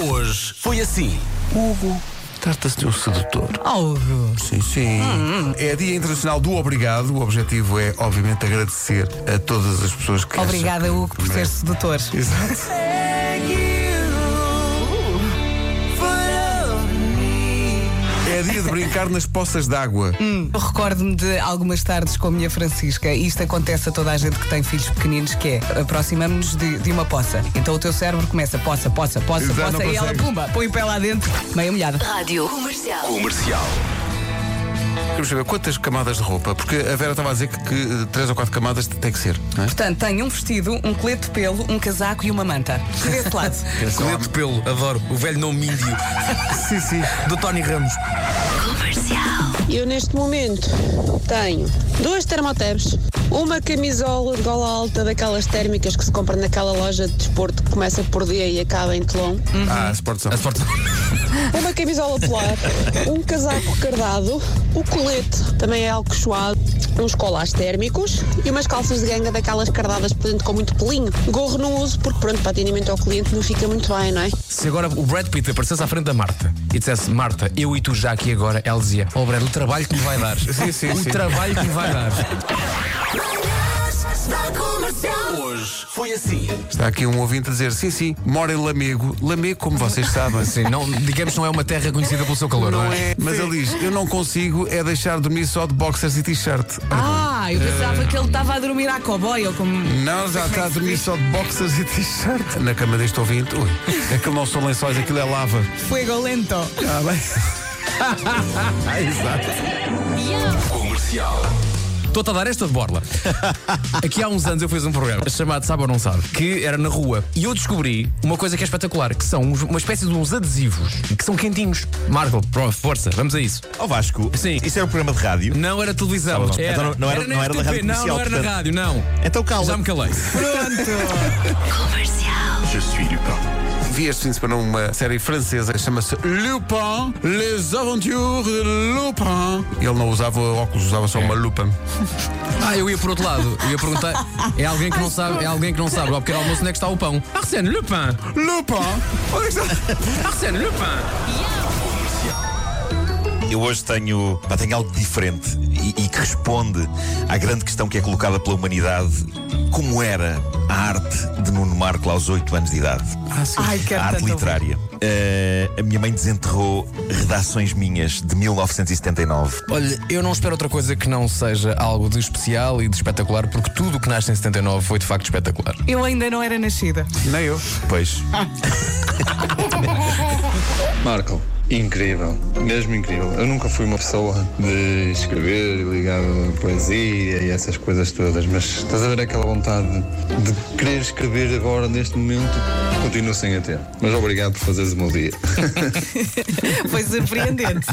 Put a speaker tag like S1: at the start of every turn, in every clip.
S1: hoje foi assim. Hugo, trata-se de um sedutor.
S2: Algo.
S1: Sim, sim.
S3: Hum,
S1: É Dia Internacional do Obrigado. O objetivo é, obviamente, agradecer a todas as pessoas que. acham
S2: Obrigada,
S1: que
S2: Hugo, por ser
S1: merecem.
S2: sedutor.
S1: Exato. É dia de brincar nas poças d'água.
S3: Hum.
S2: Eu Recordo-me de algumas tardes com a minha Francisca, e isto acontece a toda a gente que tem filhos pequeninos, que é aproximamos-nos de, de uma poça. Então o teu cérebro começa poça, poça, poça,
S1: Exato,
S2: poça,
S1: não
S2: e ela,
S1: consegue.
S2: pumba, põe o pé lá dentro, meia molhada.
S4: Rádio Comercial.
S1: Comercial. Queremos saber quantas camadas de roupa, porque a Vera estava a dizer que, que eh, três ou quatro camadas tem que ser, não é?
S2: Portanto, tenho um vestido, um colete de pelo, um casaco e uma manta. Por esse lado.
S1: É.
S3: Colete de pelo, adoro. O velho nome índio. sim, sim. Do Tony Ramos.
S4: Comercial.
S5: Eu neste momento tenho duas termotabs, uma camisola de gola alta daquelas térmicas que se compra naquela loja de desporto que começa por D e acaba em telon,
S3: Uhum.
S1: Ah, Sport Zone.
S3: A sorte.
S5: uma camisola polar, um casaco cardado, o colete também é algo choado, uns colares térmicos e umas calças de ganga daquelas cardadas por dentro com muito pelinho. Gorro não uso porque pronto, para atendimento ao cliente não fica muito bem, não é?
S3: Se agora o Brad Pitt aparecesse à frente da Marta e dissesse, Marta, eu e tu já aqui agora, ela dizia, oh Brad, o trabalho que me vai dar. sim, sim, o trabalho que me vai dar.
S1: Hoje foi assim. Está aqui um ouvinte a dizer: sim, sim, mora em Lamego. Lamego, como vocês sabem.
S3: Sim, não, digamos que não é uma terra conhecida pelo seu calor, não,
S1: Não
S3: é?
S1: é? Mas ele diz: eu não consigo é deixar dormir só de boxers e t-shirt.
S2: Ah, eu pensava
S1: É.
S2: que ele estava a dormir à cowboy ou como.
S1: Não, já está a dormir só de boxers e t-shirt. Na cama deste ouvinte, ui, aquilo não são lençóis, aquilo é lava.
S2: Fuego lento.
S1: Ah, bem. Exato.
S3: Estou-te a dar esta de borla. Aqui há uns anos eu fiz um programa chamado Sabe ou Não Sabe, que era na rua. E eu descobri uma coisa que é espetacular, que são uns- uma espécie de uns adesivos, que são quentinhos. Marco, pro- força, vamos a isso.
S6: Ó Vasco,
S3: Sim.
S6: isso era um programa de rádio.
S3: Não era televisão.
S6: Sabe, não. Então não- não era-
S3: na
S6: não era da
S3: RTP,
S6: rádio
S3: Não,
S6: comercial,
S3: não era na
S6: portanto.
S3: rádio, não.
S6: Então cala.
S3: Já me calei.
S4: Comercial.
S1: Vi este fim de semana uma série francesa, chama-se Lupin, Les Aventures de Lupin. É. Ele não usava óculos, usava só uma lupa.
S3: Ah, eu ia por outro lado. Eu ia perguntar. É alguém que não sabe, é alguém que não sabe. Ao pequeno almoço, onde é que está o pão? Arsène Lupin!
S1: Lupin! Olha é que está-
S3: Arsène Lupin!
S6: Eu hoje tenho, pá, tenho algo diferente e, e que responde à grande questão que é colocada pela humanidade: como era a arte de Nuno Marco aos 8 anos de idade?
S3: Ah,
S2: Ai, quero
S6: a arte
S2: tanto ouvir.
S6: literária. Eh, a minha mãe desenterrou redações minhas de 1979.
S3: Olha, eu não espero outra coisa que não seja algo de especial e de espetacular, porque tudo o que nasce em 79 foi de facto espetacular.
S2: Eu ainda não era nascida.
S1: Nem eu.
S6: Pois.
S7: Marco, incrível, mesmo incrível. Eu nunca fui uma pessoa de escrever, ligado à poesia e essas coisas todas, mas estás a ver aquela vontade de querer escrever agora, neste momento, continuo sem a ter. Mas obrigado por fazeres o meu dia.
S2: Foi surpreendente.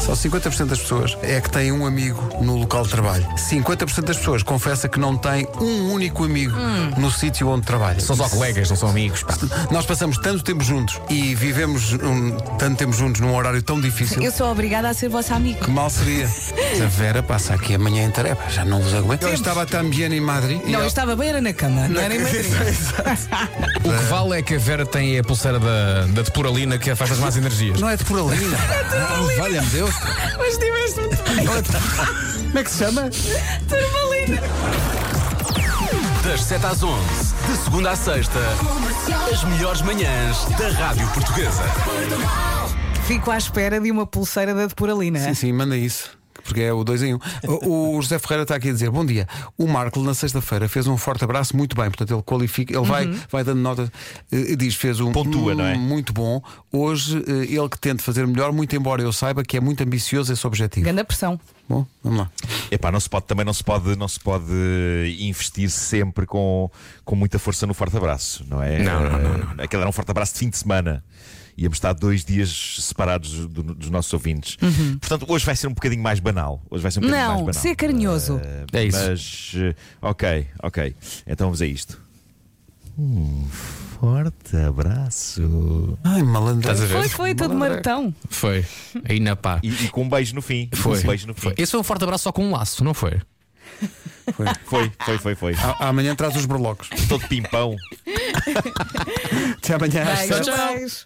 S1: Só 50% das pessoas é que têm um amigo no local de trabalho. 50% das pessoas confessa que não têm um único amigo no sítio onde trabalha.
S3: São só colegas, não são amigos. pá.
S1: Nós passamos tanto tempo juntos e vivemos um- tanto tempo juntos num horário tão difícil.
S2: Eu sou obrigada a ser vosso amigo.
S1: Que mal seria. A Vera passa aqui amanhã em tarefa, já não vos aguento. Eu estava também em Madrid. e
S2: Não, eu
S1: ela-
S2: estava bem, era na cama, não era em Madrid.
S3: O que vale é que a Vera tem a pulseira da, da depuralina que faz as más energias.
S1: Não Ah, é de por ali.
S3: Não, valha-me Deus.
S2: Mas tiveste-me
S1: Como é que se chama?
S2: turmalina.
S8: Das 7 às 11, de segunda à sexta, as melhores manhãs da Rádio Portuguesa.
S2: Fico à espera de uma pulseira da depuralina.
S1: Sim, sim, manda isso. Porque é o 2 em 1. Um. O José Ferreira está aqui a dizer: Bom dia. O Marco, na sexta-feira, fez um forte abraço, muito bem. Portanto, ele qualifica, ele vai, vai dando nota, eh, diz: fez um.
S6: Pontua, não é?
S1: Muito bom. Hoje, eh, ele que tente fazer melhor, muito embora eu saiba que é muito ambicioso esse objetivo.
S2: Grande pressão.
S1: Bom, vamos lá.
S6: Epá, não se pode, também não se pode, não se pode investir sempre com, com muita força no forte abraço, não é?
S3: Não, não, não,
S6: Aquele era um forte abraço de fim de semana. Íamos estar dois dias separados do- dos nossos ouvintes.
S3: Uhum.
S6: Portanto, hoje vai ser um bocadinho mais banal. Hoje vai ser um bocadinho
S2: Não,
S6: mais banal.
S2: ser carinhoso.
S6: Eh,
S3: É isso.
S6: Mas, eh, ok, ok. Então vamos a isto. Um forte abraço.
S1: Ai, malandro.
S3: Estás a ver?
S2: Foi, foi, todo maratão.
S3: Foi. Aí na pá.
S6: E, e com um beijo no fim. Com
S3: Foi.
S6: Um beijo no fim.
S3: Foi. Esse foi um forte abraço só com um laço, não foi?
S1: Foi.
S6: Foi, foi, foi, foi.
S3: Ah.
S1: A- Amanhã traz os berlocos.
S6: Todo pimpão.
S1: Até amanhã. às
S2: Beijo,
S1: sete.
S2: beijo.